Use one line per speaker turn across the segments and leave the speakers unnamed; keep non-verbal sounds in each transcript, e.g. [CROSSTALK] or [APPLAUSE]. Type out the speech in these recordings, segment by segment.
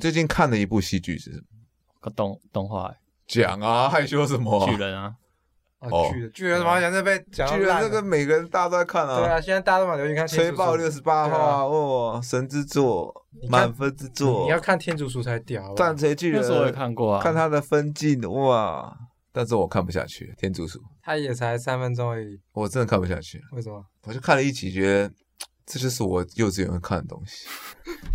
最近看的一部戏剧是什么？
动动画欸、
讲啊，
[LAUGHS]
害羞什么、
巨人啊，
哦
啊，巨人巨人什么讲这被讲到
巨人
烂
这
了
个每个人大家都在看
对
啊，
啊，现在大家都蛮流行看天
吹
竺
爆
鼠
六十八号啊，哦，神之作，
看
满分之作
你要，看天竺鼠才屌啊好不好
战锤巨
那
人
时，候我也看过啊，
看他的分镜，哇，但是我看不下去，天竺鼠，
他也才三分钟而已，
我真的看不下去，
为什么？
我就看了一集，觉得这就是我幼稚园会看的东西。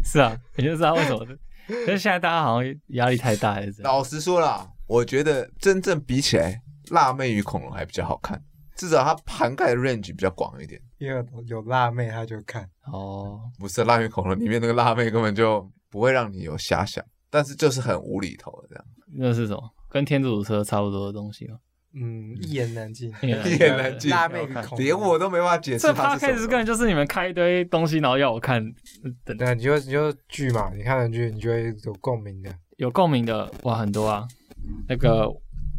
是啊，你就知道为什么的。可是现在大家好像压力太大还是怎样？
老实说啦，我觉得真正比起来，辣妹与恐龙还比较好看，至少它涵盖的 range 比较广一点。
因为有有辣妹他就看，
哦，
不是辣妹与恐龙里面那个辣妹根本就不会让你有遐想，但是就是很无厘头的这样。
那是什么？跟天竺鼠车差不多的东西吗？
嗯，一言难尽。
[LAUGHS] 一言难尽
辣妹与
要看
恐龙
连我都没办法解释
这
它
趴
是
开
什
始根
么。
本就是你们开一堆东西，然后要我看，嗯等
对，你就你就剧嘛，你看了剧，你就会有共鸣的。
有共鸣的哇很多啊。那个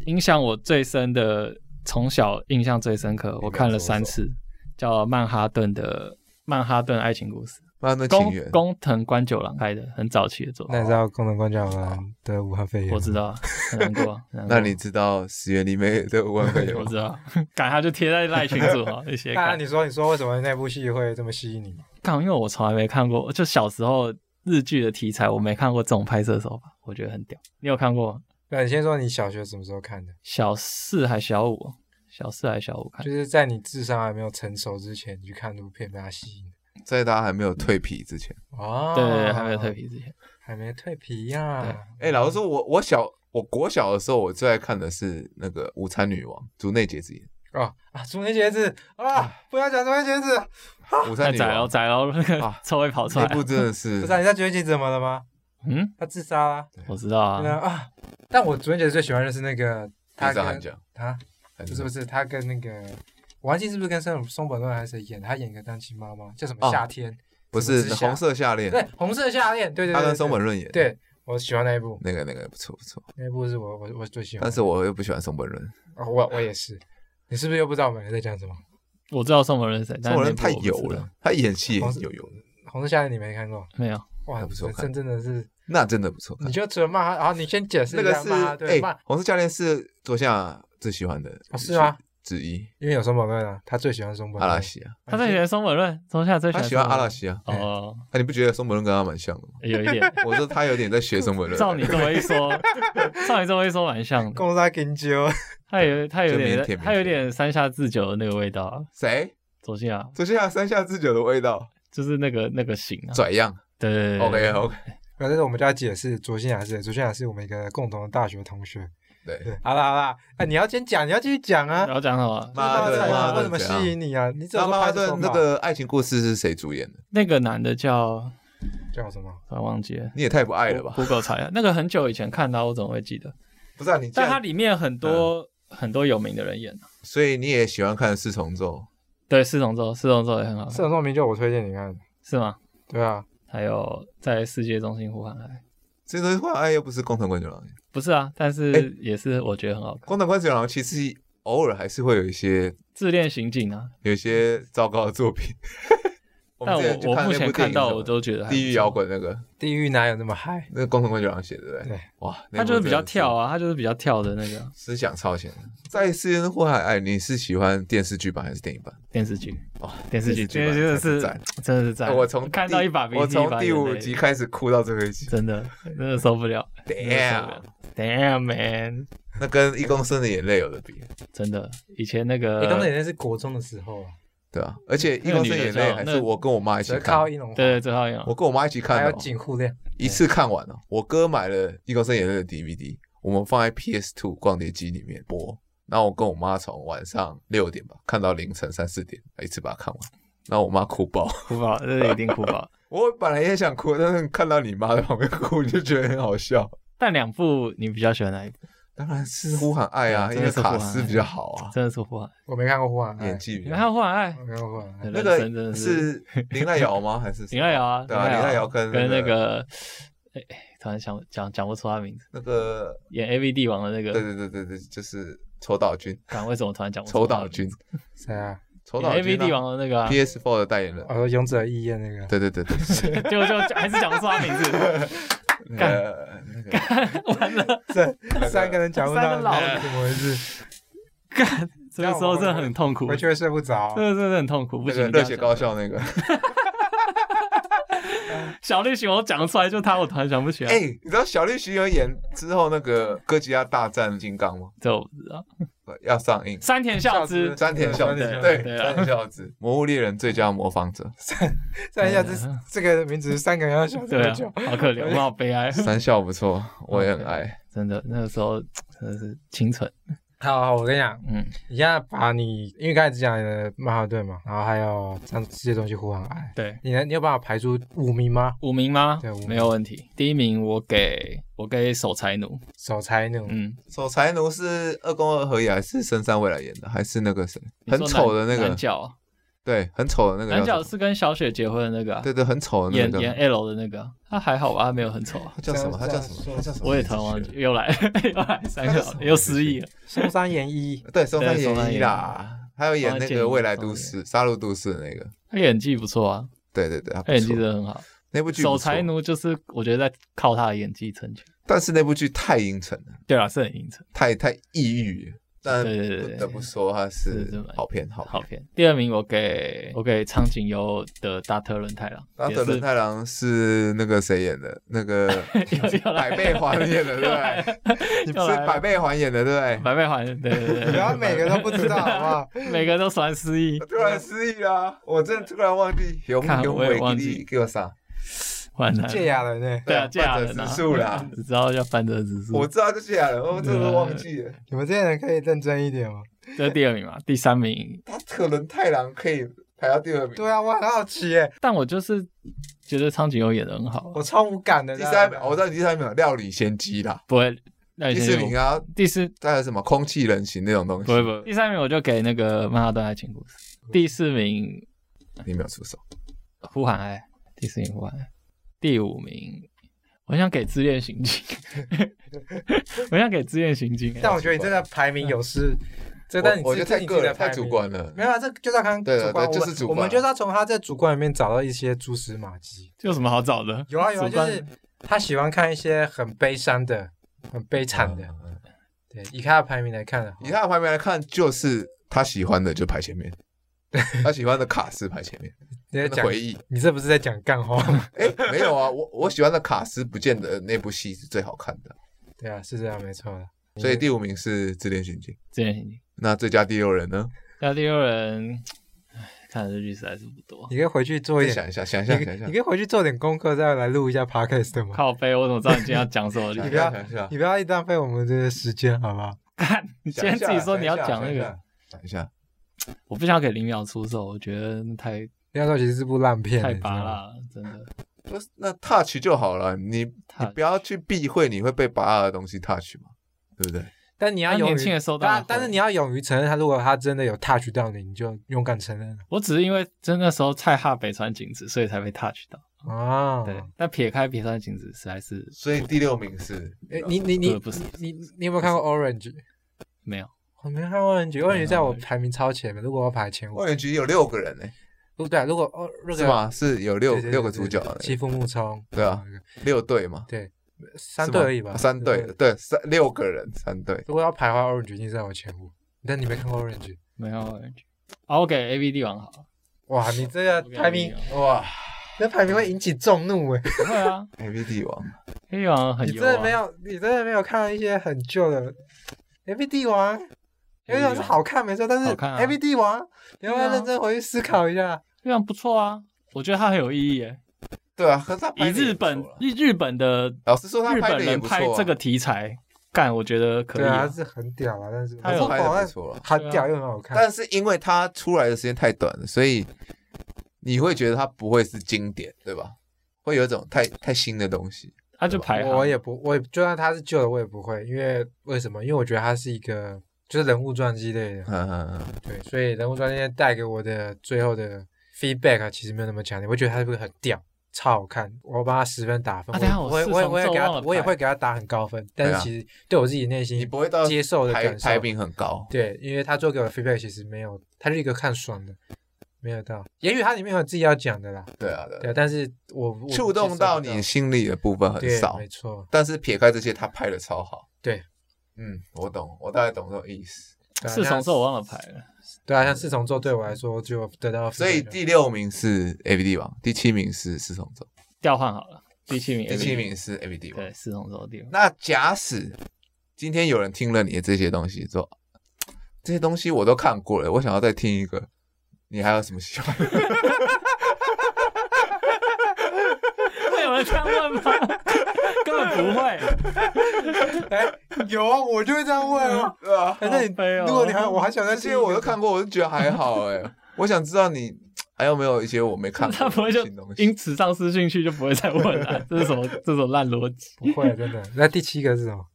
影响我最深的，从小印象最深刻，我看了三次，叫《曼哈顿的曼哈顿爱情故事
慢的》，情
工
缘，
工藤官九郎拍的，很早期的作品。
那你知道功能关奖人得武汉肺炎吗？
我知道啊，很难过啊。很难
[LAUGHS]
过
那你知道石原里美的五万块钱
[LAUGHS]
我
吗？
知道，改他就贴在赖群组啊，一些
那
改
你。说，你说为什么那部戏会这么吸引你吗？
刚因为我从来没看过，就小时候日剧的题材，我没看过这种拍摄手法，我觉得很屌。你有看过吗？
那啊你先说你小学什么时候看的？
小四还小五？哦小四还小五看
就？是在你智商还没有成熟之前，你去看这部片被它吸引。
在他还没有蜕皮之前，
哦，
对对对，还没有蜕，皮之前。
还没蜕皮呀、
哎、老实说我，我小我国小的时候，我最爱看的是那个《午餐女王》，竹内结子演
哦啊，竹内结子啊，不要讲竹内结子。
《午
太
餐女
宰
王
了，》宰了，那个
啊
臭味跑出来
那。部真的是
[LAUGHS] 不是、啊、你知道竹内结子怎么了吗？
嗯，
他自杀啦、
我知道
对啊
啊。
啊！但我竹内结子最喜欢的是那个他
他
跟
上喊讲，
啊，
不
不是不是，他跟那个我忘记是不是跟松松本润还是谁演的，他演一个单亲妈妈，叫什么
哦
夏天？
不
什么
是
之夏
红色夏恋，
对，红色夏恋，对对对
他
对
跟松本润演，，
对，我喜欢那一部，
那个那个不错不错，
那一部是我我我最喜欢的。
但是我又不喜欢松本润，
哦我我也是，你是不是又不知道我们在讲什么？
我知道宋文人是谁，
松
但
本
是
润太
那部我不
油
知道
了，他演戏也
红色
有油的，
红色夏恋你没看过？
没有，
哇，
还不错看
这真的是，
那真的不错看
你。就只能骂他，然后你先解释
那
一
个
下
是
骂他，对骂
哎，，红色夏恋是佐夏最喜欢的
哦是吗？
之一
因为有松本润啊，他最喜欢松本
阿
润
拉西啊，
他最喜欢松本润，松下最
他喜欢阿拉西啊，
松本润哦，
哎，你不觉得松本润跟他蛮像的吗？
有一点。
我说他有点在学松本 [LAUGHS] 润，
照你这么一说，照你这么一说，蛮像的。
[LAUGHS] 公司金 [LAUGHS] 鸠，
他有他有
就腼腆
点
腼腆
他有点山下智久的那个味道啊，
谁？
走进啊，
佐夏山下智久的味道，
就是那个那个型啊。
拽样
对对对对
，OK OK，
反正我们就要解释卓心雅是谁，卓心雅是我们一个共同的大学同学。
对，
对，好啦好啦，哎，你要先讲，你要继续讲啊
然。后讲什么？
妈的
就是到底
妈的
为什么
怎样
吸引你啊？你只有
那
说
妈妈
拍的
的
手
那
法
个爱情故事是谁主演的？
那个男的叫，
叫什么？
突然忘记了。
你也太不爱了吧！
Google 查一下，那个很久以前看到，我怎么会记得？
不是啊，你这
但它
样，
里面很多、
嗯
很多有名的人演啊
所以你也喜欢看四重奏？
对，四重奏，四重奏也很好
《
看，
射手座名就我推荐你看的，
是吗？
对啊，
还有在世界中心呼喊爱，
这东西换爱又不是工藤官九郎，
不是啊，但
哎
是也是我觉得很好看，
工藤官九郎其实偶尔还是会有一些
自恋刑警啊。
有一些糟糕的作
[LAUGHS]
品。我
但
们
我
之前去
我
看
目
那部
前
电
看
影
到
什么
我都觉得还不错
地狱摇，滚那个，
地狱哪有那么嗨？
那个工藤官九郎写的，对不
对
对？哇，那
他就是比较
部真的
跳啊，他就是比较跳的那个
思想超前。在《私人祸害爱》，你是喜欢电视剧版还是电影版？
电视剧。
哇，
电视剧，
电
电
视
视
剧
剧
版才是 [LAUGHS]
真的是
赞
真的是赞。
我从
看
第
到一把鼻涕
我
一
从
把
第
眼
五
泪
集开始哭到最后一集。
[LAUGHS] 真的 [LAUGHS] 真的受不了
Damn，
，damn man，
那跟《一公升的眼泪》有的比，
真的。以前那
你
个
呃
刚才也是国中的时候啊，
对啊，而且《一
那个
公
女
升
的
眼
叫
泪》还
那
是我跟我妈一起
只
看
靠
的，
一龙华，
对对，最后一个
我跟我妈一起看
还
的
有
哦。
警护链，
一次看完了、我哥买了《一公升眼泪》的 DVD，我们放在 PS Two 光碟机里面播。然后我跟我妈从晚上六点吧看到凌晨三四点，一次把它看完。然后我妈哭爆， [LAUGHS]
哭爆，这是一定哭爆。
我本来也想哭，但是看到你妈在旁边哭，你就觉得很好笑。
但两部你比较喜欢哪一部？
当然是呼喊爱啊，
对
因
真
为
的是
卡
呼喊
斯
爱
比较好啊，
真的是呼喊，
我没看过《呼兰爱
演》，技比
你
较
们
好。
还有呼喊爱
我？没看过《呼兰爱》，
哎那
人生真
个
的是
是林奈瑶吗？还是什么
[LAUGHS] 林爱瑶啊，
对啊，林
爱
奈瑶跟
跟
那
那个，哎，哎突然想讲讲不出他名字，
那个，
演 A V 帝王的那
对
个，
对对对对，就是丑岛君，
敢为什么突然讲不出
丑
他
岛
名字
君，
谁啊？哦
丑岛
演 A
君
V
啊
帝王的那个啊，
PS4 的代言人
我。说《勇者义彦》那个，
对对对对， [LAUGHS]
结果就还是讲不出他名字。干
呃那个
完了，
这 [LAUGHS] 三个人讲不
三个
到
老
人
[LAUGHS] 怎么
[LAUGHS]
回事，
干，这个时候真的很痛苦，
回
这
去会睡不着。
嗯
个真的很痛苦，不
那
行，
个
一
热
定要
血
讲
高校那个，
小栗旬，我讲出来就他，我突然想不起来，
哎，你知道小栗旬有演之后那个哥吉拉大战金刚吗？
这我不知道。
要上映。
山田孝之
孝之
山田孝之
山田孝，之
对，
对啊
山田孝之，《魔物猎人》最佳模仿者，
算一下这
哎
这个名字，三个人要想这
对
么
啊
久，，
好可怜，我好悲
[LAUGHS]
哀，
三笑不错，我也很爱。
真的，那个时候真的是清纯，
好好，我跟你讲，
嗯，
你现在把你因为刚才只讲你的曼哈顿嘛，然后还有像这些东西呼喊爱，
对，
你能你有办法排出五名吗？
五名吗
对五？名
没有问题，第一名我给我给守财奴，
守财奴，
嗯，
[LAUGHS] 守财奴是二宫二合也，还是深山未来演的，还是那个谁，
你
很
说
丑的
男
那个
男，角，啊
对，很丑的那
男
个叫
角
什么，
是跟小雪结婚的那个啊，
对对，很丑的那
演
个
演 L 的那个啊，他还好吧，他没有很丑啊，
他叫什么？他叫什么？他叫什么？
我也突然忘记，又来 [LAUGHS] 又来三
他
个
是什么
又失忆了，
松山研一，
对，松山
对松
演
山
一
研一
啦，还有演那
松山
个
健一
未来都市、杀戮都市的那个，
他演技不错啊，
对对对，他
他
不
演技真
错，
的很好。
那部剧不错
守财，奴就是我觉得在靠他的演技成全。
但是那部剧太阴沉了，
对啊，是很阴沉，
太太抑郁了，但
对对对
不
对
得不说它是
是是蛮
好片好片。
好片。第二名我给我给苍井优的《大特伦太郎
然》，后
也
德伦
是
太郎是那个谁演的？那个
[LAUGHS] 又又来
百倍环演
[LAUGHS]
的，对不对？你
又
是
来了
百倍环演的，对不对？
白倍环，对对对，
[LAUGHS]
不要每个都不知道好不好？
[LAUGHS]
哎
每个都喜欢失忆
我，突然失忆啦！我真的突然忘记，有
看
有
我也
美
忘
丽
记
给我啥？
完了，
借雅人呢？
对啊，
这
借雅
样
人
指
啊
数啦。
[LAUGHS] 只知道叫翻折指数
我。知道这些人，我真的忘记了。
你们这些人可以认真一点吗？
这是第二名嘛，第三名，
他啊特伦太郎可以排到第二名，
对啊，我很好奇耶，
但我就是觉得苍井优演的很好啊，
我超无感的。
第三名，我知道你第三名有料理先机啦。
不会。那
第
你先
四名啊，
第四
再有什么空气人形那种东西
不，会不会，第三名我就给那个《曼哈顿爱情故事》，第四名
你没有出手。
呼喊爱，第四名呼喊爱，第五名，我想给自恋行径， [LAUGHS] 我想给自恋行径、
但我觉得你这个排名有失，这但你
嗯我我觉得
这
太
你自己
个人
的排
太
名
主。观了
没。有啊，这就是要看
对
主
对对
观，我
就是
们
主
我
观
们就是要从他这主观里面找到一些蛛丝马迹。
这有什么好找的？
有啊有啊，
主
就
观
是他喜欢看一些很悲伤的、很悲惨的。嗯
嗯嗯
对，以他的排名来看的话，
以他的排名来看，就是他喜欢的就排前
[LAUGHS]
面，他喜欢的卡斯排前面。
你在讲，
回忆，
你这不是在讲干话吗？ [LAUGHS]
哎、没有啊，我我喜欢的卡斯不见得那部戏是最好看的，
对啊，是这样，没错的。
所以第五名是《自恋行径》。
自恋行径。
那最佳第六人呢？
那第六人，唉看的日剧实在是不多。
你可以回去做一
再想
点，
一下，想一
你
下，
可
想一
以
下
你可，以回去做点功课，再来录一下 podcast 吗？
靠背，我怎么知道你今天要讲什么？
想
你
一
不 [LAUGHS]
下，
要
想一下，
你不要一直浪费我们的时间，好不好？
你今天自己说你要讲那
想一
个
下，，想一下，
我不想给零秒出手，我觉得那太
不要说其实是部烂片，
太
你知道
拔
吗。
辣了，真的。
不是那 touch 就好了，你你
他
不要去避讳你会被拔的东西 touch 嘛，对不对？
但你要
他
勇
年轻
于
的时候当然
但
会
但是你要勇于承认，他如果他真的有 touch 到你，你就勇敢承认
我只是因为真的时候太哈北川景子，所以才被 touch 到。
啊。
嗯对，但撇开北川景子，实在是
所以第六名是
诶，你你你
对不是
你你你有没有看过 Orange？
没有。
我没看过 Orange。Orange 在我排名超前的，如果我排前五，
万元局有六个人呢、
不对啊，如果哦那个
是吗？是有六
对对对
六个主角的、
欺负木冲，
对啊，六队嘛，
对，三
是
队
吗啊
而已吧，
三队，对，三六个人，三队。
如果要排的话，Orange 一定在我前五，但你没看过 Orange，
没有 Orange。好，我给 A V D 王好了。
哇，你这个排名，
啊
哇
你这排名会引起众怒哎！
不会啊 [LAUGHS]
，A V 帝王，
A V 帝王很
你
油
真
啊。
的没有，你真的没有看到一些很旧的 A V 帝王。A V 帝王是好看没错，但是
好看啊
A V 帝王，你要不
对
要
啊
认真回去思考一下？
非常不错啊，我觉得它很有意义耶。
对啊，可是他
以
拍的也
日
不错
本
啦
日日本的
老实说，他
日
拍
本
的也
人
不错啊、
拍这个题材，干我觉得可以
对啊，
啊、
他是很屌啊，但是
他有
拍的不
啊
错了，啊
很屌又很好看。
但是因为他出来的时间太短了，所以你会觉得他不会是经典，对吧？会有一种太太新的东西。
他就排行
我也不，我也就算他是旧的，我也不会，因为为什么？因为我觉得他是一个就是人物传记类的，
嗯嗯嗯，
对，所以人物传记带给我的最后的 feedback 啊其实没有那么强烈，我觉得他是不是很屌，超好看，我把他十分打分，
啊等一下
我
我
会
四
我也
重
我也
奏
给他
忘了，
我也
排
会给他打很高分，但
对
是
啊
其实对我自己内心
你不会到
接受的
排
感受
排名很高，
对，因为他做给我的 feedback 其实没有，他是一个看爽的，没有到，也许它里面有自己要讲的啦，
对啊，对
对
啊，
啊，但是我我
触动到你心里的部分很
对，
少
没，错，
但是撇开这些，他拍的超好。
对，
嗯，我懂，我大概懂这种意思。
对啊
四重
像
奏我忘了排了，
对啊，像四重奏对我来说就得到 feedback 了，
所以第六名是 A B D 王，第七名是四重奏，
调换好了，第七名，
第七名，是 A B D 王
对，。四重奏第 [LAUGHS] 六，
那假使今天有人听了你的这些东西，说这些东西我都看过了，我想要再听一个，你还有什么喜欢？
会有人这样问吗？根本不会，
哎 [LAUGHS] 有啊，我就会这样问啊。
[LAUGHS] 对啊，
哎那你
好悲哦
如果你还我还想再
那
听一
些
个，
我都看过，我就觉得还好哎、我想知道你还有没有一些我没
[LAUGHS]
看过
他不会
的
就
新东
因
西？
此上私讯去就不会再问了，这是什么这种烂逻辑？
不会真的。那第七个是什么？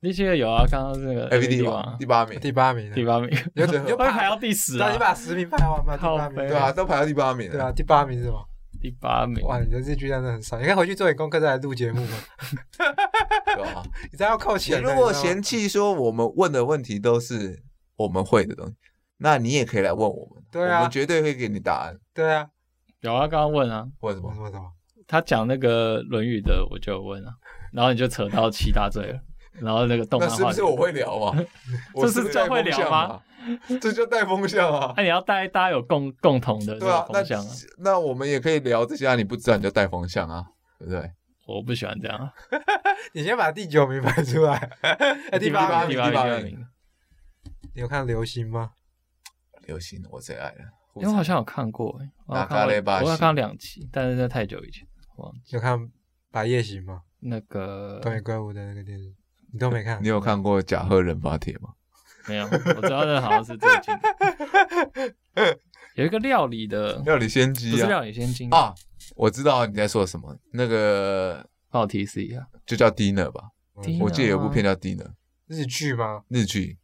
第七个有啊，刚刚这个
A B D
王
王第八名，
第八名啊。
第八名，
你就
最后
你就
会排
排
到第十
那你
啊，
把十名排完吧，第八
靠背
名
对啊，都排到第八名了，
对啊，第八名是什么？
第八名，
哇，你的日剧量真的很少，你应该回去做点功课再来录节目嘛。
对啊。
你这样要扣
你
钱的。
如果
你知道吗
嫌弃说我们问的问题都是我们会的东西，那你也可以来问我们，
对啊
我们绝对会给你答案。
对啊，
有啊，刚刚问啊，
为什
什么
么
什？么什么，
他讲那个《论语》的，我就有问啊，然后你就扯到七大罪了，然后那个动
那
漫化，
是不是我会聊
[LAUGHS]
嘛？我
这是
不
叫
带
会
风
聊
向
吗
啊？这就带风向啊
哎那、！你要带大家有共共同的这
对啊
个，
那
方向啊，
那我们也可以聊这些，啊，你不知道你就带风向啊，对不对？
我不喜欢这样啊。
你先把第九名排出来。哎，第八
名
第
名，
[LAUGHS] 第八
八名，第八
名
名，
你有看流星吗？
流行我最爱了，
因为我好像有看过、欸，我有
哪
看
嘎
过，
嘞巴西
我有看两期，但是那太久以前，忘记
有看《白夜行》吗？
那个
东野圭吾的那个电视，你都没看
你？有看过假贺人发帖吗？
没有，我知道那好像是最近的有一个料
[LAUGHS]
理的，
料理仙
不
姬
是料
啊
理先进，
啊！我知道你在说什么，那个
帮我提示一下，
就叫 Dinner 吧，
Dinner
我记得有部片叫 Dinner
嗯日剧吗？
日剧，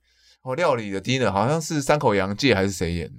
哦，料理的 Dinner 好像是山口洋介还是谁演？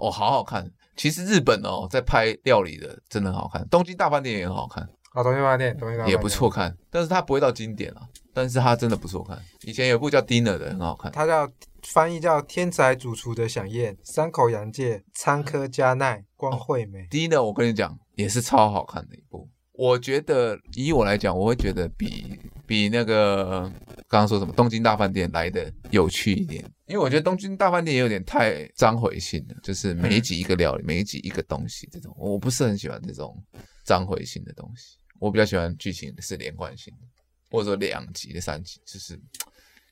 哦，好好看。其实日本哦，在拍料理的真的很好看，《东京大饭店》也很好看。
啊，东京饭店，东京大饭店
也不错。看，但是它不会到经典啊，但是它真的不错看。以前有一部叫《Dinner》的，很好看。
它叫翻译叫《天才主厨的飨宴》，山口洋介、仓科佳奈、光惠美。
Dinner 我跟你讲也是超好看的一部。我觉得以我来讲，我会觉得比比那个刚刚说什么《东京大饭店》来的有趣一点，因为我觉得《东京大饭店》也有点太章回性了，就是每一集一个料理，每一集一个东西这种，我不是很喜欢这种章回性的东西。我比较喜欢剧情是连贯性的，或者说两集的三集，就是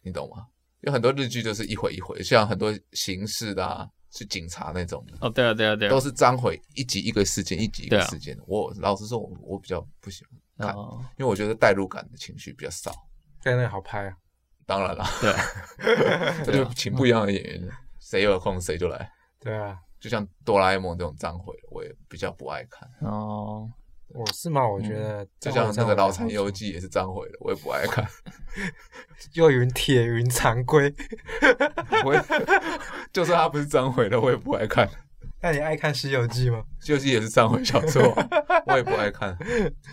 你懂吗？有很多日剧就是一回一回，像很多刑事的啊，是警察那种的，
哦，对啊，对啊，对啊
都，是章回一集一个事件，一集一
对
个
啊
事件。我老实说我，我比较不喜欢，
然后 [LAUGHS]
因为我觉得代入感的情绪比较少。
对，那个好拍啊！
当然
[LAUGHS]
啦，
对啊，
这
啊
就请不一样的演员，谁有空谁就来。
对啊，
就像哆啦 A 梦这种章回，我也比较不爱看。
然后
我是吗？我觉得
嗯就像那个《
老
脑残游记》也是章回的，我也不爱看。 [LAUGHS]
又云铁云常规。
我也就算它不是章回的，我也不爱看。
那你爱看《西游记》吗？
就是也是章回小说啊，我也不爱看。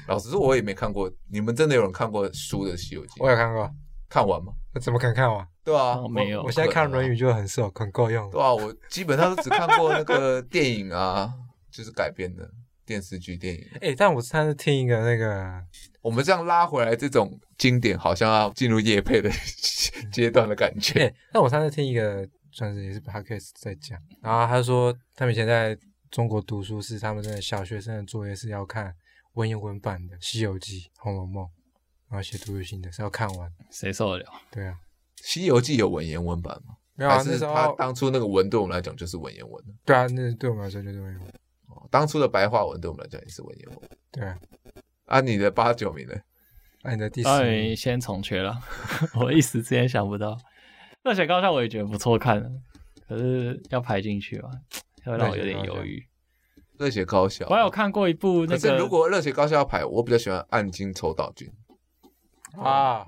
老实说，我也没看过。你们真的有人看过书的《西游记》？
我有看过，
看完吗？
我怎么可能看完？
对啊，
哦没有
我现在看《论
语。
语》就很受，很够用
对
了。
啊，我基本上都只看过那个电影啊，就是改编的电视剧、电影。
哎、但我上次听一个那个，
我们这样拉回来，这种经典好像要进入夜配的 [LAUGHS] 阶段的感
哎、
嗯
觉。
但我上次听一个，算是也是 podcast 在讲，然后他说他们以前在中国读书是他们的小学生的作业是要看文言文版的《西游记》《红楼梦》，然后写读书心得是要看完。
谁受得了？
对啊，
《西游记》有文言文版吗？
没有啊
还，
那
是
时
他
候
当初那个文对我们来讲就是文言文的
对啊，那对我们来说就是文言文。
哦当初的白话文对我们来讲也是文言文。
对啊，
啊，你的八九名呢？
那、啊你的第十
当
名
然哎先重缺了， [LAUGHS] 我一时之间想不到。热血高校我也觉得不错看的，可是要排进去嘛，会让我有点犹豫。
热血高校。
我还有看过一部那
可是
个，
如果热血高校要排，我比较喜欢暗金丑岛君，
啊，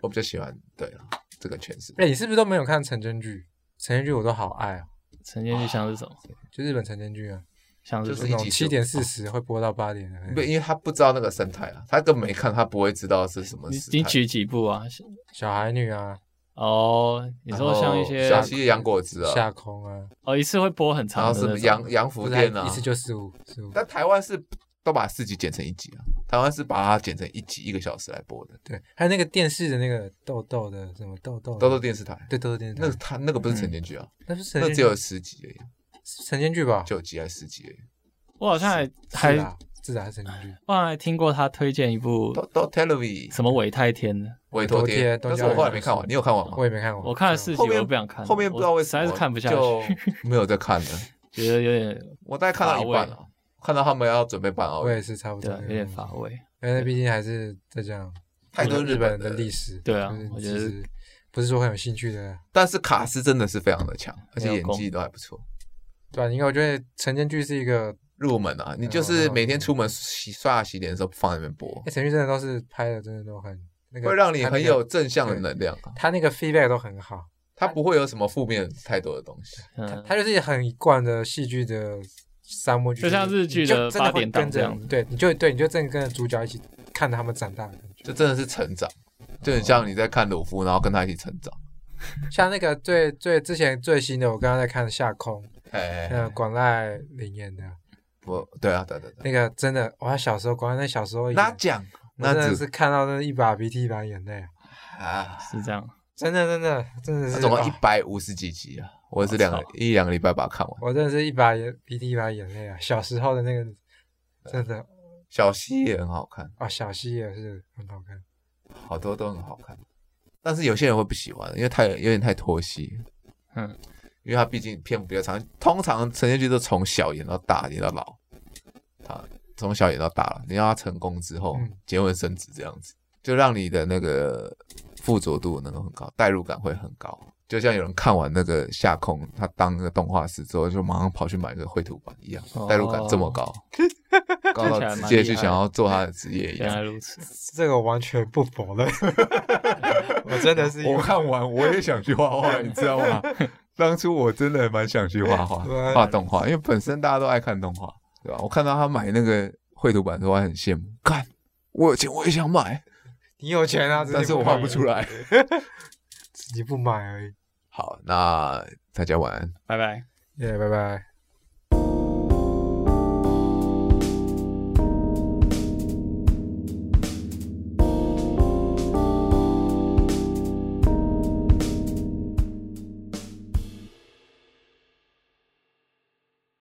我比较喜欢对了这个诠释。
哎、你是不是都没有看陈真剧？陈真剧我都好爱啊，
陈建旭像是什么？
就日本陈真剧啊，
像是
啊就是
什
一
么
集
七点四十会播到八点的那
对，
个。
因为他不知道那个生态啊，他根本没看，他不会知道是什么
你
时态。
你举几部啊？
小孩女啊，
哦，你说像一些
小溪杨果子
下
啊，
空啊，
哦，一次会播很
然
长
后
的
什
那
么
种
杨杨
不
福
是
店
还
啊
一，次就十五十五，
但台湾是都把四集剪成一集啊，台湾是把它剪成一集一个小时来播的，
对，还有那个电视的那个豆豆的什么豆豆
都是电视台。
哦对嗯豆豆电视台，
那个他那个不是晨间剧啊，
那不是
那
神
只有十集而已，
神仙剧吧？
九集还是十集而已，
我好像还还
是啊，是啊，神仙剧。
我好像还听过他推荐一部
都都 Televi
什么伪太天的，
委托
委
贴，
托
但
贴
是我后来没看完，你有看完吗？
我也没看过，
我看了四集，
后
我
面
都不想看了，
哦后面不知道为
我实
什么
在是看不下
就
去， [LAUGHS]
没有再看了。
觉得有点
我大概看到一半了，看到他们要准备办奥
我
运，
也是差不
对
多，嗯
啊，有点乏味。
因为毕竟还是在讲
太多
日
本
的历
史，
史，
对啊
就是
我觉得
其实不是说很有兴趣的，
但是卡斯真的是非常的强，而且
没有
演
功
技都还不错。
对啊吧？因为我觉得晨间剧是一个，
入门啊，你就是每天出门洗刷牙洗脸的时候放在那边播
哎，，晨剧真的都是拍的，真的都很那个，
会让你
它那
很
个
有，正向的能量啊。
他那个 feedback 都很好，
它不会有什么负面太多的东西。
嗯，
他就是很一贯的戏剧的沙漠剧，
就像日剧的
你就真的
八
会
点档
跟着
这样子
对，你就对，你就真的跟着主角一起看他们长大的感觉。
就真的是成长，就很像你在看鲁夫，然后跟他一起成长。
像那个最最之前最新的，我刚刚在看《夏空》，
哎、
呃，广濑铃演的
我对啊，对对对，
那个，真的，我小时候广濑那小时候演
拿奖
我
那
真的
只
是看到那一把鼻涕一把眼泪啊，
啊，
是这样，
真的真的真的
那
是，
总共
啊
一百五十几集啊，我也是两个
我操
一两个礼拜把它看完。
我真的是一把眼鼻涕一把眼泪啊！小时候的那个，真的
小溪也很好看，
啊，小溪也是很好看，
好多都很好看，但是有些人会不喜欢，因为太有点太拖戏，
嗯，
因为它毕竟篇幅比较长，通常陈建剧都从小演到大，演到老，他从小演到大了，你让他成功之后
嗯
结婚生子这样子，就让你的那个附着度能够很高，代入感会很高。就像有人看完那个夏空，他当那个动画师之后，就马上跑去买个绘图板一样，代入感这么高，高到直接去想要做他的职业一
原来
样。
如此，
这个我完全不否认， [LAUGHS] 我真的是因为
看完 [LAUGHS] 我也想去画 [LAUGHS] 画，你知道吗？当初我真的蛮想去画 [LAUGHS] 画
对啊
画动画，因为本身大家都爱看动画，对吧？我看到他买那个绘图板的时候，我还很羡慕，看我有钱我也想买，
你有钱啊，只
但是我
买
画不出，来。
你不买而已。
好，那大家晚安。
拜拜。
耶，拜拜。